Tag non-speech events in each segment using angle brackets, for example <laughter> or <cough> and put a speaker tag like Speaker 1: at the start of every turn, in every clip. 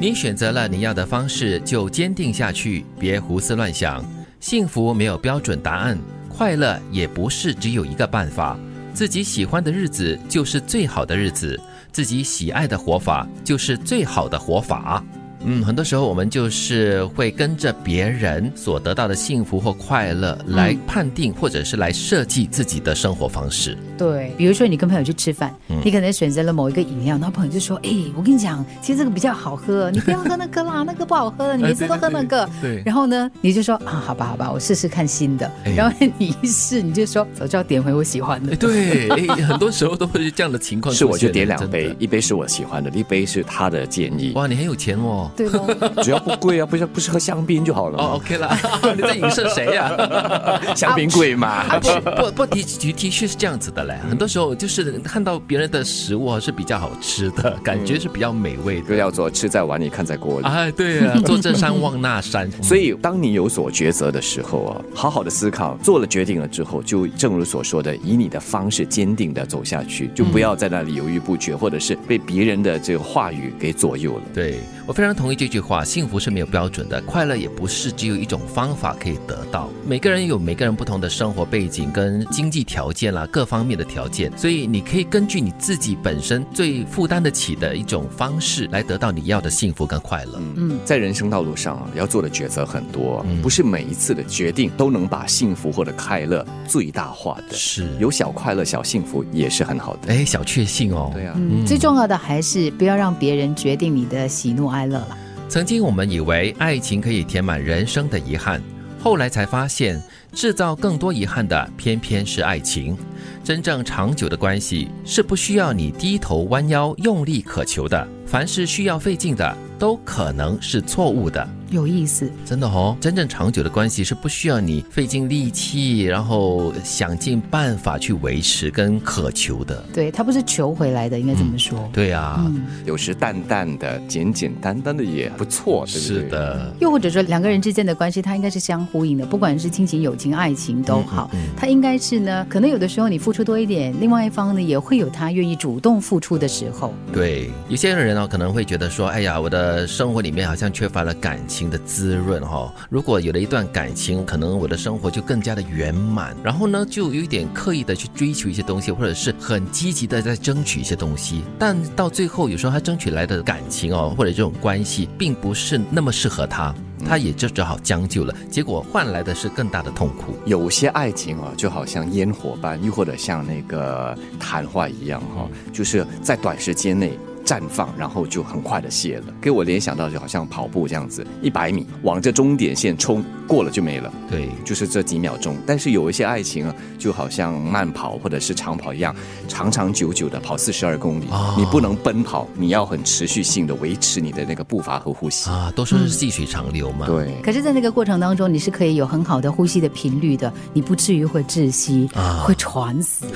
Speaker 1: 你选择了你要的方式，就坚定下去，别胡思乱想。幸福没有标准答案，快乐也不是只有一个办法。自己喜欢的日子就是最好的日子，自己喜爱的活法就是最好的活法。嗯，很多时候我们就是会跟着别人所得到的幸福或快乐来判定，或者是来设计自己的生活方式。
Speaker 2: 对，比如说你跟朋友去吃饭，
Speaker 1: 嗯
Speaker 2: 你可能选择了某一个饮料，然后朋友就说：“哎，我跟你讲，其实这个比较
Speaker 1: <laughs>
Speaker 2: 好喝，你不要喝那个啦，那个不好喝，你每次都喝那个。
Speaker 1: 哎对
Speaker 2: 然后呢，你就说：“啊，好吧，好吧，我试试看新的。
Speaker 1: 哎”
Speaker 2: 然后你一试，你就说：“早知道点回我喜欢的。
Speaker 1: 对，哎很多时候都会是这样的情况。
Speaker 3: 是我就点两杯，。一杯是我喜欢的，一杯是他的建议，
Speaker 1: 哇，你很有钱哦”。
Speaker 2: <laughs> 对
Speaker 1: <laughs>
Speaker 2: 喽，
Speaker 3: 只要不贵啊，不是不是喝香槟就好了
Speaker 1: 哦
Speaker 3: 嘛，
Speaker 1: ，OK 啦， <laughs> 你在影射谁呀、
Speaker 3: <laughs> 香槟贵嘛。
Speaker 1: 啊，
Speaker 3: <laughs>
Speaker 1: 不不不，的的的确是这样子的嘞。很多时候就是看到别人的食物啊是比较好吃的，感
Speaker 3: 嗯
Speaker 1: 觉是比较美味
Speaker 3: 就
Speaker 1: 的。 <laughs>
Speaker 3: 叫做吃在碗里看在锅里。
Speaker 1: 啊，对啊，坐这山望那山，
Speaker 3: <laughs> 所以，当你有所抉择的时候啊，好好的思考，做了决定了之后，就正如所说的，以你的方式坚定的走下去，就不要在那里犹豫不决，或者是被别人的这个话语给左右了。
Speaker 1: 对我非常同意这句话，幸福是没有标准的，快乐也不是只有一种方法可以得到。每个人有每个人不同的生活背景跟经济条件啦、各方面的条件，所以你可以根据你自己本身最负担得起的一种方式来得到你要的幸福跟快乐。
Speaker 2: 嗯，
Speaker 3: 在人生道路上啊，要做的抉择很多啊
Speaker 1: 嗯，
Speaker 3: 不是每一次的决定都能把幸福或者快乐最大化的。
Speaker 1: 是
Speaker 3: 有小快乐、小幸福也是很好的。
Speaker 1: 哎小确幸哦。
Speaker 3: 对啊，
Speaker 2: 嗯
Speaker 1: 嗯
Speaker 2: 最重要的还是不要让别人决定你的喜怒哀乐了。
Speaker 1: 曾经我们以为爱情可以填满人生的遗憾，后来才发现，制造更多遗憾的偏偏是爱情。真正长久的关系是不需要你低头弯腰用力渴求的，凡是需要费劲的，都可能是错误的。
Speaker 2: 有意思，
Speaker 1: 真的哦，真正长久的关系是不需要你费尽力气，然后想尽办法去维持跟渴求的。
Speaker 3: 嗯
Speaker 2: 对他不是求回来的，应该这么说。嗯
Speaker 1: 对啊，
Speaker 3: 有时淡淡的、简简单单的也不错，对不对？
Speaker 1: 是。的，
Speaker 2: 又或者说两个人之间的关系，它应该是相呼应的，不管是亲情、友情、爱情都好，它应该是呢，可能有的时候你付出多一点，另外一方呢也会有他愿意主动付出的时候。
Speaker 1: 对，有些人呢、可能会觉得说，哎呀，我的生活里面好像缺乏了感情的滋润哈、哦。如果有了一段感情，可能我的生活就更加的圆满。然后呢，就有一点刻意的去追求一些东西，或者是很积极的在争取一些东西。但到最后，有时候他争取来的感情哦，或者这种关系，并不是那么适合他，他也就只好将就了。结果换来的是更大的痛苦。
Speaker 3: 有些爱情啊，就好像烟火般，又或者像那个昙花一样哈、
Speaker 1: 嗯
Speaker 3: 就是在短时间内绽放，然后就很快的谢了。给我联想到就好像跑步这样子，一百米往着终点线冲，过了就没了。
Speaker 1: 对，
Speaker 3: 就是这几秒钟，但是有一些爱情啊，就好像慢跑或者是长跑一样，长长久久的跑四十二公里、
Speaker 1: 哦
Speaker 3: 你不能奔跑，你要很持续性的维持你的那个步伐和呼吸。
Speaker 1: 啊，都说是细水长流嘛。
Speaker 3: 对，
Speaker 2: 可是，在那个过程当中，你是可以有很好的呼吸的频率的，你不至于会窒息，
Speaker 1: 啊
Speaker 2: 会喘死。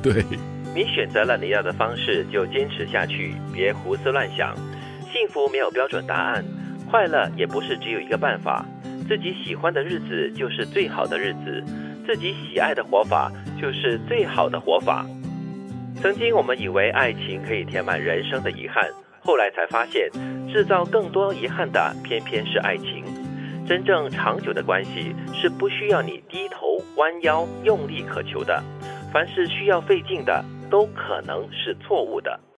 Speaker 1: 对。
Speaker 4: 你选择了你要的方式，就坚持下去，别胡思乱想。幸福没有标准答案，快乐也不是只有一个办法。自己喜欢的日子就是最好的日子，自己喜爱的活法就是最好的活法。曾经我们以为爱情可以填满人生的遗憾，后来才发现，制造更多遗憾的偏偏是爱情。真正长久的关系是不需要你低头弯腰用力渴求的，凡是需要费劲的，都可能是错误的。